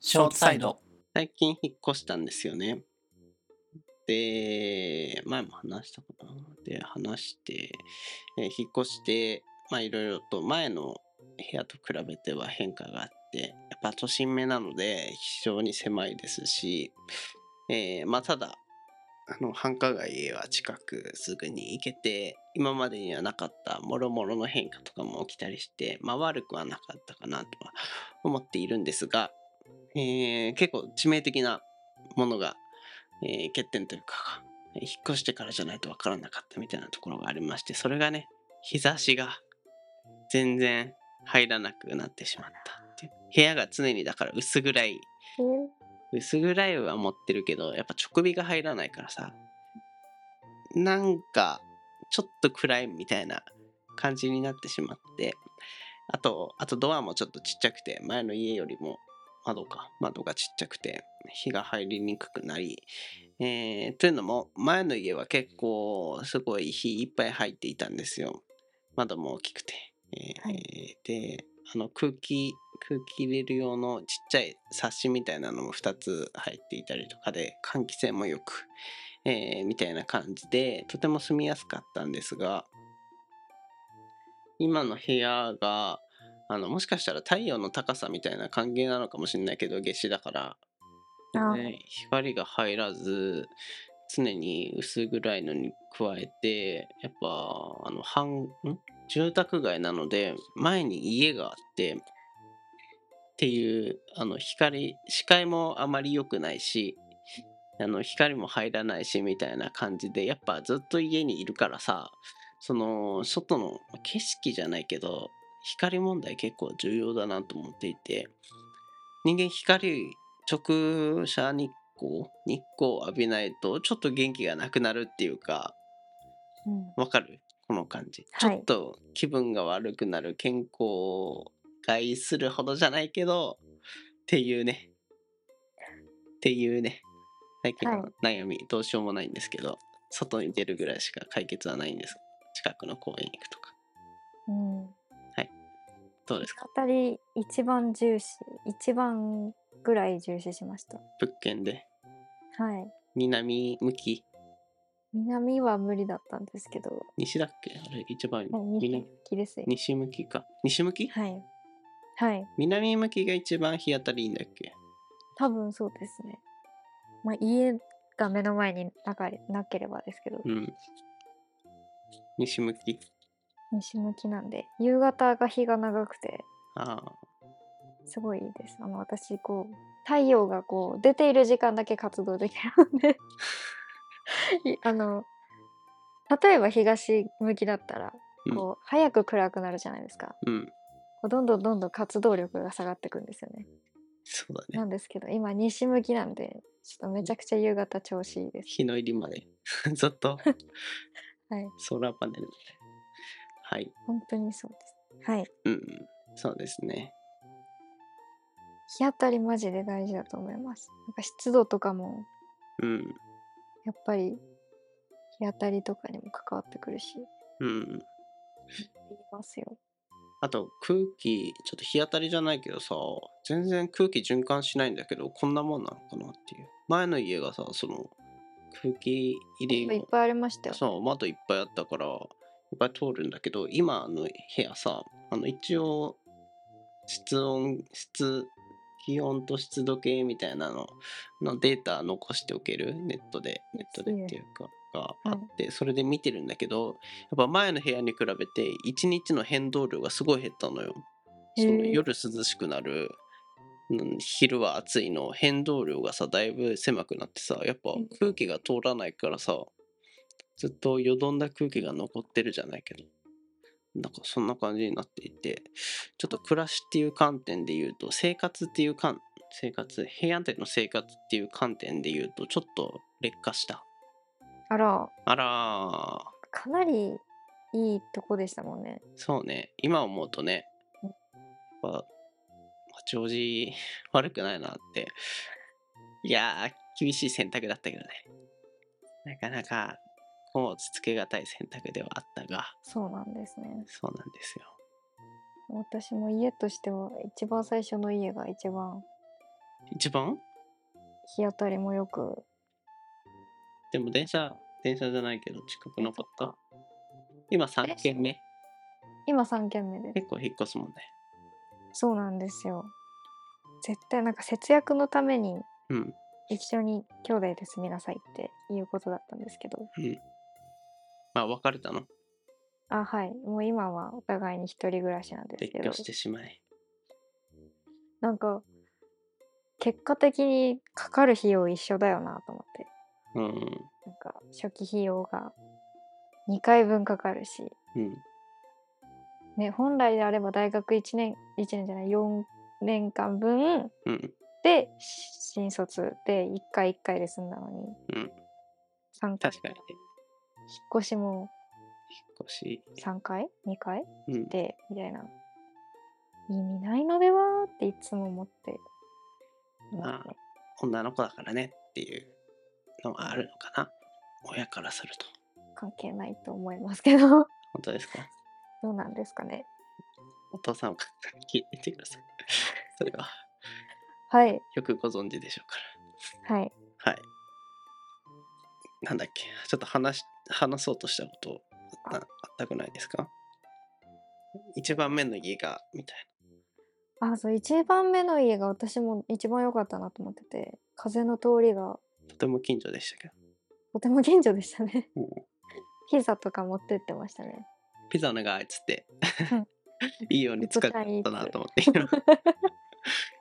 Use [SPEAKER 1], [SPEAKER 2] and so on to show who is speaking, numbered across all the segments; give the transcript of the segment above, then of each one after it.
[SPEAKER 1] ショートサイド。
[SPEAKER 2] 最近引っ越したんですよね。で、前も話したかな。で、話して、えー引っ越して、まあいろいろと前の部屋と比べては変化があって、やっぱ都心目なので非常に狭いですし、えーまあただ、あの繁華街へは近くすぐに行けて今までにはなかったもろもろの変化とかも起きたりして、まあ、悪くはなかったかなとは思っているんですが、えー結構致命的なものが、えー欠点というかえー引っ越してからじゃないと分からなかったみたいなところがありましてそれがね日差しが全然入らなくなってしまったっていう部屋が常にだから薄暗い薄暗いは持ってるけどやっぱ直火が入らないからさなんかちょっと暗いみたいな感じになってしまってあとあとドアもちょっとちっちゃくて前の家よりも窓か窓がちっちゃくて火が入りにくくなり、えーというのも前の家は結構すごい火いっぱい入っていたんですよ窓も大きくて、えー
[SPEAKER 1] は
[SPEAKER 2] であの空気空気入れる用のちっちゃい冊子みたいなのも2つ入っていたりとかで換気扇もよく、えーみたいな感じでとても住みやすかったんですが今の部屋があのもしかしたら太陽の高さみたいな関係なのかもしれないけど夏至だから
[SPEAKER 1] あ
[SPEAKER 2] ね光が入らず常に薄暗いのに加えてやっぱあの半ん住宅街なので前に家があってっていうあの光視界もあまり良くないしあの光も入らないしみたいな感じでやっぱずっと家にいるからさその外の景色じゃないけど光問題結構重要だなと思っていて人間光直射日光日光を浴びないとちょっと元気がなくなるっていうか
[SPEAKER 1] うん
[SPEAKER 2] わかるこの感じ、
[SPEAKER 1] はい
[SPEAKER 2] ちょっと気分が悪くなる健康を害するほどじゃないけどっていうねっていうね最近の悩み、どうしようもないんですけど外に出るぐらいしか解決はないんです近くの公園行くとか
[SPEAKER 1] うん
[SPEAKER 2] どうですか
[SPEAKER 1] 語り一番重視一番ぐらい重視しました
[SPEAKER 2] 物件で
[SPEAKER 1] はい
[SPEAKER 2] 南向き
[SPEAKER 1] 南は無理だったんですけど、
[SPEAKER 2] 西だっけあれ一番
[SPEAKER 1] はい、西
[SPEAKER 2] 南
[SPEAKER 1] 向きですね
[SPEAKER 2] 西向きか西向き、
[SPEAKER 1] はいはい
[SPEAKER 2] 南向きが一番日当たりいいんだっけ
[SPEAKER 1] 多分そうですねまあ家が目の前になかれなければですけど、
[SPEAKER 2] うん西向き
[SPEAKER 1] 西向きなんで夕方が日が長くて
[SPEAKER 2] ああ
[SPEAKER 1] すごいいいですあの私こう太陽がこう出ている時間だけ活動できるので い あの例えば東向きだったら
[SPEAKER 2] うん
[SPEAKER 1] こう、早く暗くなるじゃないですか
[SPEAKER 2] うん
[SPEAKER 1] こうどんどんどんどん活動力が下がってくんですよね
[SPEAKER 2] そうだ
[SPEAKER 1] な
[SPEAKER 2] ね
[SPEAKER 1] んですけど今西向きなんでちょっとめちゃくちゃ夕方調子いいです
[SPEAKER 2] 日の入りまで ずっと
[SPEAKER 1] はい
[SPEAKER 2] ソーラーパネルみたいなはい
[SPEAKER 1] 本当にそうですはい
[SPEAKER 2] うんうんそうですね
[SPEAKER 1] 日当たりマジで大事だと思いますなんか湿度とかも
[SPEAKER 2] うん
[SPEAKER 1] やっぱり日当たりとかにも関わってくるし
[SPEAKER 2] うん
[SPEAKER 1] 言いますよ
[SPEAKER 2] あと空気ちょっと日当たりじゃないけどさ全然空気循環しないんだけどこんなもんなのかなっていう前の家がさその空気入
[SPEAKER 1] い
[SPEAKER 2] り
[SPEAKER 1] っぱいありましたよ
[SPEAKER 2] そう窓いっぱいあったからいっぱい通るんだけど今の部屋さあの一応室温室気温と湿度計みたいなののデータ残しておけるネットでネットでっていうかがあってそれで見てるんだけどやっぱ前の部屋に比べて1日の変動量がすごい減ったのよ。その
[SPEAKER 1] へえ
[SPEAKER 2] 夜涼しくなるうん昼は暑いの変動量がさだいぶ狭くなってさやっぱ
[SPEAKER 1] うん
[SPEAKER 2] 空気が通らないからさずっとよどんだ空気が残ってるじゃないけどなんかそんな感じになっていてちょっと暮らしっていう観点で言うと生活っていう観生活平安での生活っていう観点で言うとちょっと劣化した
[SPEAKER 1] あら
[SPEAKER 2] あらー
[SPEAKER 1] かなりいいとこでしたもんね
[SPEAKER 2] そうね、今思うとね、
[SPEAKER 1] う
[SPEAKER 2] や
[SPEAKER 1] ん
[SPEAKER 2] っぱ八王子 悪くないなって。いやー、厳しい選択だったけどね。なかなか、こう、つつけがたい選択ではあったが、
[SPEAKER 1] そうなんですね
[SPEAKER 2] そうなんですよ。
[SPEAKER 1] 私も家としては一番最初の家が一番
[SPEAKER 2] 一番
[SPEAKER 1] 日当たりもよく
[SPEAKER 2] でも電車電車じゃないけど近くなかった今3軒目
[SPEAKER 1] 今3軒目です
[SPEAKER 2] 結構引っ越すもんね
[SPEAKER 1] そうなんですよ絶対なんか節約のために
[SPEAKER 2] うん
[SPEAKER 1] 一緒に兄弟で住みなさいっていうことだったんですけど
[SPEAKER 2] まあ別れたの
[SPEAKER 1] あはいもう今はお互いに一人暮らしなんですけ
[SPEAKER 2] 撤
[SPEAKER 1] ど
[SPEAKER 2] 去してしまい
[SPEAKER 1] なんか結果的にかかる費用一緒だよなと思って
[SPEAKER 2] うん
[SPEAKER 1] なんか初期費用が2回分かかるし、
[SPEAKER 2] うん
[SPEAKER 1] ね、本来であれば大学1年1年じゃない4年間分
[SPEAKER 2] うん
[SPEAKER 1] でし新卒で1回1回で済んだのに
[SPEAKER 2] うん
[SPEAKER 1] 3回
[SPEAKER 2] 確かにね
[SPEAKER 1] 引っ越しも
[SPEAKER 2] 引っ越し
[SPEAKER 1] 3回2回
[SPEAKER 2] うん
[SPEAKER 1] でみたいな意味ないのではっていつも思って
[SPEAKER 2] まあ女の子だからねっていうのはあるのかな親からすると
[SPEAKER 1] 関係ないと思いますけど
[SPEAKER 2] 本当ですか
[SPEAKER 1] どうなんですかね
[SPEAKER 2] お父さんをか聞いてみてください それは
[SPEAKER 1] はい
[SPEAKER 2] よくご存知でしょうから
[SPEAKER 1] はい
[SPEAKER 2] はい。なんだっけ、ちょっと話し話そうとしたことあったあったくないですか一番目の家がみたい
[SPEAKER 1] あそう1番目の家が私も一番良かったなと思ってて風の通りが
[SPEAKER 2] な。とても近所でしたけ
[SPEAKER 1] とても近所でしたね
[SPEAKER 2] ど。うん
[SPEAKER 1] ピザとか持ってってましたね
[SPEAKER 2] ピザお願いっつって
[SPEAKER 1] うん、
[SPEAKER 2] いいように作っちゃったなと思って、 今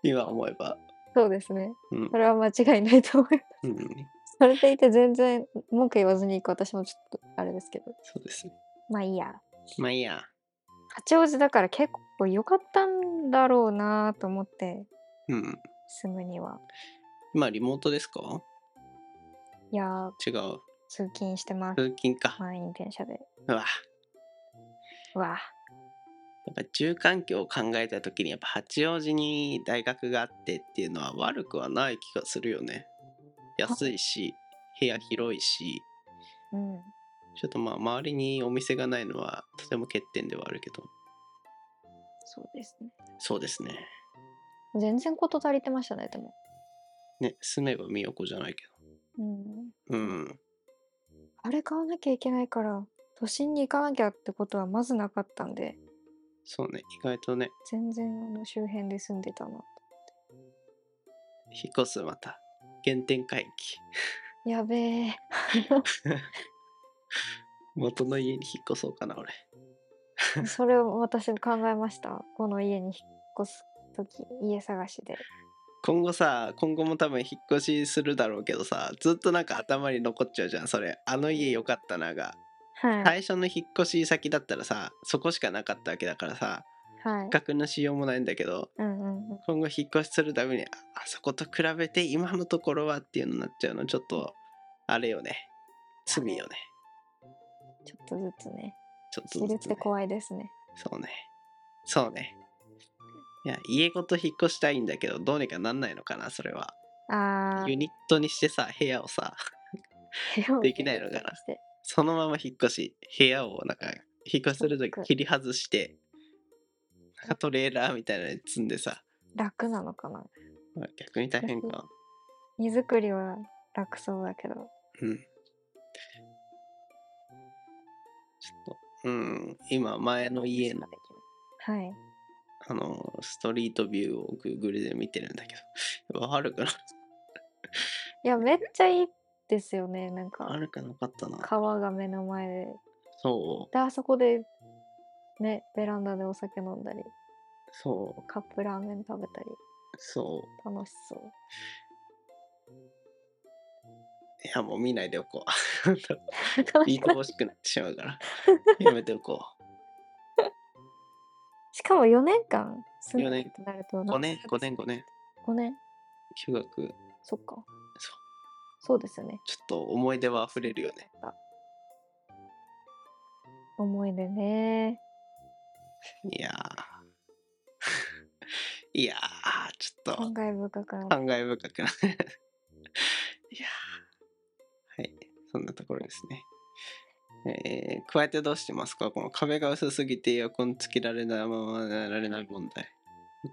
[SPEAKER 2] 今思えば。
[SPEAKER 1] そうですね
[SPEAKER 2] うん
[SPEAKER 1] それは間違いないと思います
[SPEAKER 2] うん、
[SPEAKER 1] それでいて全然文句言わずに行く私もちょっとあれですけど
[SPEAKER 2] そうですね。
[SPEAKER 1] まあいいや
[SPEAKER 2] まあいいや。
[SPEAKER 1] 八王子だから結構良かったんだろうなと思って
[SPEAKER 2] うん、
[SPEAKER 1] 住むには
[SPEAKER 2] 今、リモートですか
[SPEAKER 1] いやー
[SPEAKER 2] 違う。
[SPEAKER 1] 通勤してます
[SPEAKER 2] 通勤か。
[SPEAKER 1] 満員電車で
[SPEAKER 2] うわ。
[SPEAKER 1] うわ
[SPEAKER 2] やっぱ住環境を考えた時にやっぱ八王子に大学があってっていうのは悪くはない気がするよね安いし部屋広いし
[SPEAKER 1] うん
[SPEAKER 2] ちょっとまあ周りにお店がないのはとても欠点ではあるけど
[SPEAKER 1] そうですね
[SPEAKER 2] そうですね
[SPEAKER 1] 全然こと足りてましたねでも
[SPEAKER 2] ね住めば都じゃないけ
[SPEAKER 1] うん
[SPEAKER 2] どうん
[SPEAKER 1] あれ買わなきゃいけないから都心に行かなきゃってことはまずなかったんで
[SPEAKER 2] そうね意外とね
[SPEAKER 1] 全然あの周辺で住んでたな
[SPEAKER 2] 引っ越すまた原点回帰
[SPEAKER 1] やべ え
[SPEAKER 2] 元の家に引っ越そうかな俺
[SPEAKER 1] それを私も考えましたこの家に引っ越す時家探しで
[SPEAKER 2] 今後さ今後も多分引っ越しするだろうけどさずっとなんか頭に残っちゃうじゃんそれあの家良かったなが
[SPEAKER 1] はい
[SPEAKER 2] 最初の引っ越し先だったらさそこしかなかったわけだからさ
[SPEAKER 1] はい
[SPEAKER 2] 比較のしようもないんだけど
[SPEAKER 1] うんうんうん
[SPEAKER 2] 今後引っ越しするためにああそこと比べて今のところはっていうのになっちゃうのちょっとあれよね罪よね
[SPEAKER 1] ちょっとずつね
[SPEAKER 2] ちょっ
[SPEAKER 1] 知
[SPEAKER 2] と
[SPEAKER 1] る
[SPEAKER 2] ず
[SPEAKER 1] っ
[SPEAKER 2] つ
[SPEAKER 1] て
[SPEAKER 2] ね、
[SPEAKER 1] 怖いですね
[SPEAKER 2] そうねそうねいや家ごと引っ越したいんだけどどうにかなんないのかなそれは
[SPEAKER 1] ああ
[SPEAKER 2] ユニットにしてさ部屋をさできないのかなそのまま引っ越し部屋をなんか引っ越しすると
[SPEAKER 1] そっか
[SPEAKER 2] き切り外してなんかトレーラーみたいなのに積んでさ
[SPEAKER 1] 楽なのかな
[SPEAKER 2] まあ逆に大変か
[SPEAKER 1] 荷造りは楽そうだけど
[SPEAKER 2] うんちょっとうん今前の家の
[SPEAKER 1] はい
[SPEAKER 2] あのストリートビューを Google で見てるんだけどやっぱ悪くない
[SPEAKER 1] やめっちゃいいですよねなんか
[SPEAKER 2] 悪くなかったな
[SPEAKER 1] 川が目の前で
[SPEAKER 2] そう
[SPEAKER 1] であそこでねベランダでお酒飲んだり
[SPEAKER 2] そう
[SPEAKER 1] カップラーメン食べたり
[SPEAKER 2] そ
[SPEAKER 1] 楽しそう
[SPEAKER 2] ういやもう見ないでおこう
[SPEAKER 1] 楽
[SPEAKER 2] 言
[SPEAKER 1] し
[SPEAKER 2] い
[SPEAKER 1] く
[SPEAKER 2] こ
[SPEAKER 1] ない
[SPEAKER 2] ぼしくなってしまうから やめておこ
[SPEAKER 1] しかも4年間住ん
[SPEAKER 2] 四
[SPEAKER 1] で
[SPEAKER 2] 年
[SPEAKER 1] るってなると
[SPEAKER 2] う5年5年
[SPEAKER 1] 後
[SPEAKER 2] 5年
[SPEAKER 1] 5年
[SPEAKER 2] 中学
[SPEAKER 1] そっか
[SPEAKER 2] そう
[SPEAKER 1] そうですよね
[SPEAKER 2] ちょっと思い出は溢れるよね。
[SPEAKER 1] 思い出ね
[SPEAKER 2] いや ー。いやー、ちょっ
[SPEAKER 1] 感
[SPEAKER 2] と
[SPEAKER 1] 慨深くなった
[SPEAKER 2] 感慨深くな いやー。はい、そんなところですね。えー、加えてどうしてますかこの壁が薄すぎてエアコンつけられないままられない問題。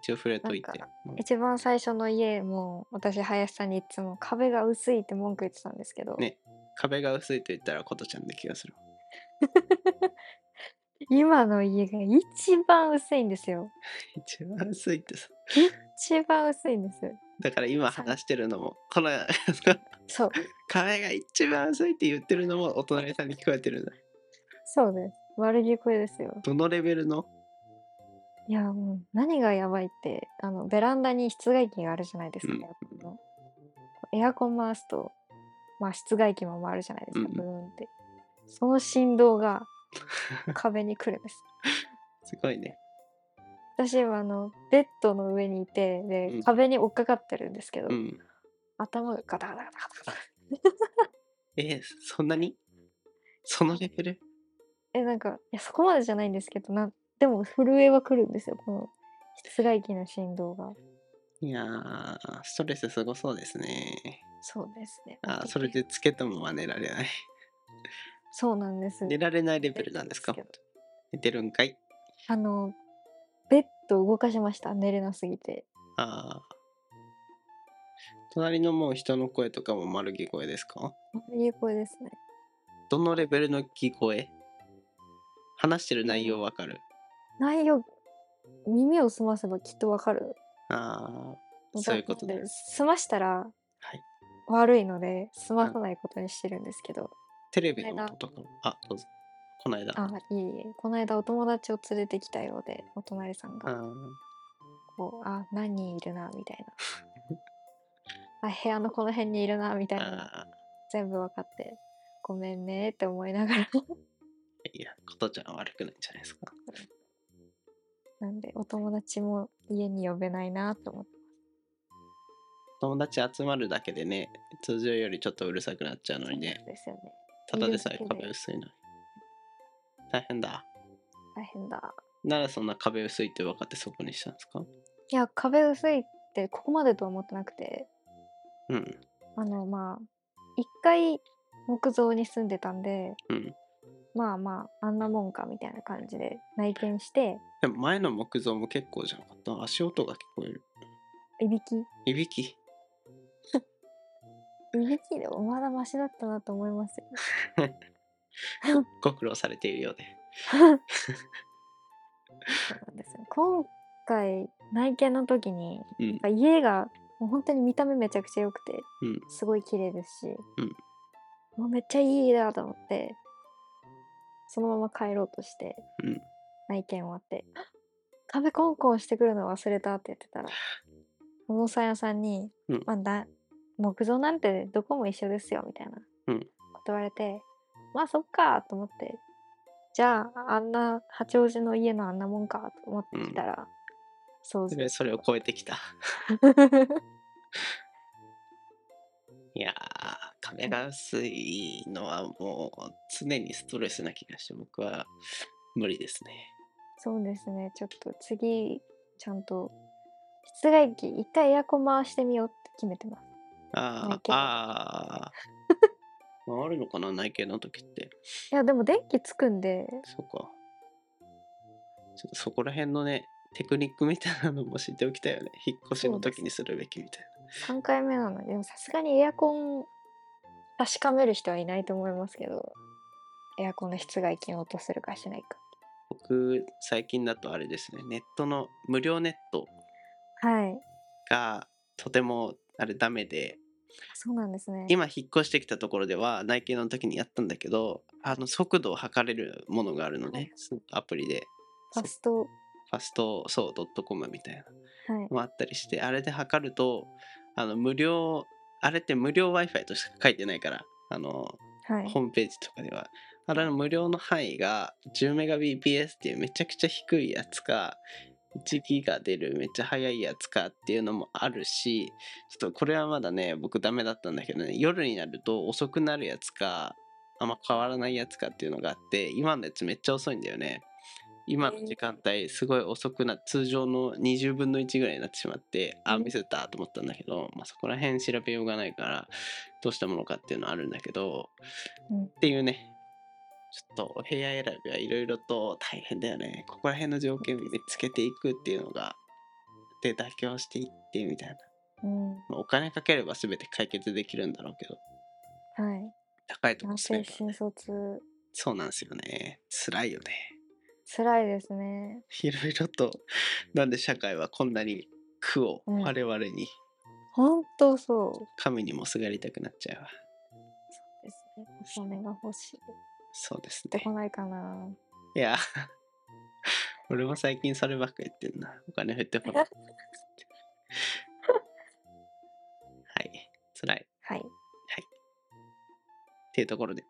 [SPEAKER 2] 一応触れといて
[SPEAKER 1] なんか。一番最初の家も私林さんにいつも壁が薄いって文句言ってたんですけど、
[SPEAKER 2] ね壁が薄いと言ったら琴ちゃんで気がす る。
[SPEAKER 1] 今の家が一番薄いんですよ
[SPEAKER 2] 一番薄いってさ。
[SPEAKER 1] 一番薄いんです
[SPEAKER 2] だから今
[SPEAKER 1] さ
[SPEAKER 2] 話してるのも、この
[SPEAKER 1] そう
[SPEAKER 2] 壁が一番薄いって言ってるのもお隣さんに聞こえてるんだ。
[SPEAKER 1] そうです悪気声ですよ
[SPEAKER 2] どのレベルの
[SPEAKER 1] いやもう何がやばいってあのベランダに室外機があるじゃないですか、
[SPEAKER 2] うん
[SPEAKER 1] エアコンのエアコン回すと、まあ、室外機も回るじゃないです
[SPEAKER 2] うんう
[SPEAKER 1] か、
[SPEAKER 2] ん
[SPEAKER 1] ブーンってその振 動が壁に来るんです
[SPEAKER 2] すごいね。
[SPEAKER 1] 私はあのベッドの上にいてで、
[SPEAKER 2] うん
[SPEAKER 1] 壁に追っかかってるんですけど、
[SPEAKER 2] うん。
[SPEAKER 1] 頭がガタガタガタガタガタ
[SPEAKER 2] えーそんなにそのレベル
[SPEAKER 1] えなんかいやそこまでじゃないんですけどなんでも震えは来るんですよこの室外機の振動が
[SPEAKER 2] いやー、ストレスすごそうですね。
[SPEAKER 1] そうですね
[SPEAKER 2] あーそれでつけてもは寝られない。
[SPEAKER 1] そうなんです
[SPEAKER 2] 寝られないレベルなんですか
[SPEAKER 1] 寝てるんで
[SPEAKER 2] 寝てるんかい
[SPEAKER 1] あのベッド動かしました寝れなすぎて
[SPEAKER 2] ああ。隣のもう人の声とかも丸聞こえですか
[SPEAKER 1] いい声ですね
[SPEAKER 2] どのレベルの聞こえ話してる内容わかる
[SPEAKER 1] 内容耳を澄ませばきっとわかる
[SPEAKER 2] ああ、そういうこと
[SPEAKER 1] なの
[SPEAKER 2] で。
[SPEAKER 1] です澄ましたら
[SPEAKER 2] はい
[SPEAKER 1] 悪いので済まさないことにしてるんですけど、
[SPEAKER 2] テレビの音とかも。あ、どうぞ。この間。
[SPEAKER 1] あいえいえこの間お友達を連れてきたようでお隣さん
[SPEAKER 2] あ
[SPEAKER 1] が
[SPEAKER 2] ー
[SPEAKER 1] こうあ何人いるなみたいなあ部屋のこの辺にいるなみたいなのが
[SPEAKER 2] あ
[SPEAKER 1] 全部分かってごめんねって思いながら
[SPEAKER 2] ー、いや、ことちゃんは悪くないんじゃないですか。
[SPEAKER 1] なんでお友達も家に呼べないなと思って
[SPEAKER 2] 友達集まるだけでね、通常よりちょっとうるさくなっちゃうのにね、
[SPEAKER 1] ですよね
[SPEAKER 2] ただでさえ
[SPEAKER 1] いるだけで
[SPEAKER 2] 壁薄いのに。大変だ。
[SPEAKER 1] 大変だ
[SPEAKER 2] ならそんな壁薄いって分かってそこにしたんですか
[SPEAKER 1] いや壁薄いってここまでとは思ってなくて
[SPEAKER 2] うん、
[SPEAKER 1] あのまあ一回木造に住んでたんで
[SPEAKER 2] うん。
[SPEAKER 1] まあまああんなもんかみたいな感じで内見して
[SPEAKER 2] でも前の木造も結構じゃなかった。足音が聞こえる。
[SPEAKER 1] いびき
[SPEAKER 2] いびき。
[SPEAKER 1] いびきでもまだマシだったなと思います よ
[SPEAKER 2] ご苦労されているようで。
[SPEAKER 1] そうなんですよ今回内見の時に
[SPEAKER 2] うん、
[SPEAKER 1] なんか家がもう本当に見た目めちゃくちゃ良くて、
[SPEAKER 2] うん
[SPEAKER 1] すごい綺麗ですし、
[SPEAKER 2] うん
[SPEAKER 1] もうめっちゃいい家だと思ってそのまま帰ろうとして、
[SPEAKER 2] うん
[SPEAKER 1] 内見終わってあ「壁コンコンしてくるの忘れた」って言って たら不動産屋さんに「
[SPEAKER 2] うん
[SPEAKER 1] まあ、だ木造なんてどこも一緒ですよ」みたいな、
[SPEAKER 2] うん
[SPEAKER 1] こと言われて「まあそっか」と思って「じゃああんな八王子の家のあんなもんか」と思ってきたら、そう
[SPEAKER 2] それそれを超えてきた。いやー、壁が薄いのはもう常にストレスな気がして、僕は無理ですね。
[SPEAKER 1] そうですね、ちょっと次、ちゃんと室外機、一回エアコン回してみようって決めてます。
[SPEAKER 2] あ
[SPEAKER 1] 内
[SPEAKER 2] ー
[SPEAKER 1] 見
[SPEAKER 2] あー、回るのかな、内見の時って。
[SPEAKER 1] いや、でも電気つくんで、
[SPEAKER 2] そうか。ちょっとそこら辺のね、テクニックみたいなのも知っておきた いよね。引っ越しの時にするべきみたい
[SPEAKER 1] 3回目なので、でもさすがにエアコン確かめる人はいないと思いますけど、エアコンの室外機の音するかしないか。
[SPEAKER 2] な。僕、最近だとあれですね、ネットの無料ネット
[SPEAKER 1] はい、
[SPEAKER 2] がとてもあれダメで、
[SPEAKER 1] そうなんですね。
[SPEAKER 2] 今引っ越してきたところでは内見の時にやったんだけどあの速度を測れるものがあるの
[SPEAKER 1] は
[SPEAKER 2] ね
[SPEAKER 1] い
[SPEAKER 2] そのアプリで
[SPEAKER 1] ファスト、
[SPEAKER 2] ファストそうドットコムみたいな
[SPEAKER 1] はい。
[SPEAKER 2] のもあったりしてあれで測るとあの無料あれって無料 w i f i としか書いてないからあの
[SPEAKER 1] はい
[SPEAKER 2] ホ、ームページとかではあれの無料の範囲が 10Mbps っていうめちゃくちゃ低いやつか1ギガ出るめっちゃ速いやつかっていうのもあるしちょっとこれはまだね僕ダメだったんだけどね夜になると遅くなるやつかあんま変わらないやつかっていうのがあって今のやつめっちゃ遅いんだよね今の時間帯すごい遅くな通常の20分の1ぐらいになってしまってあ
[SPEAKER 1] うん
[SPEAKER 2] ミスったと思ったんだけど、まあ、そこら辺調べようがないからどうしたものかっていうのはあるんだけど、
[SPEAKER 1] うん
[SPEAKER 2] っていうねちょっとお部屋選びはいろいろと大変だよねここら辺の条件見つけていくっていうのがって妥協していってみたいな、
[SPEAKER 1] うん。は
[SPEAKER 2] まあ、お金かければ全て解決できるんだろうけど
[SPEAKER 1] い。
[SPEAKER 2] 高いとこ住め
[SPEAKER 1] 南西
[SPEAKER 2] ば
[SPEAKER 1] 新卒、
[SPEAKER 2] そうなんですよね辛いよね
[SPEAKER 1] 辛いですね。
[SPEAKER 2] いろいろとなんで社会はこんなに苦を
[SPEAKER 1] うん
[SPEAKER 2] 我々に
[SPEAKER 1] ほんとそう
[SPEAKER 2] 神にもすがりたくなっちゃうわ
[SPEAKER 1] ですね。お金が欲しい。
[SPEAKER 2] そうです
[SPEAKER 1] 出
[SPEAKER 2] ね
[SPEAKER 1] てこないかな。
[SPEAKER 2] いや 俺も最近そればっか言ってんなお金減ってこないはい辛い
[SPEAKER 1] はい。
[SPEAKER 2] っていうところで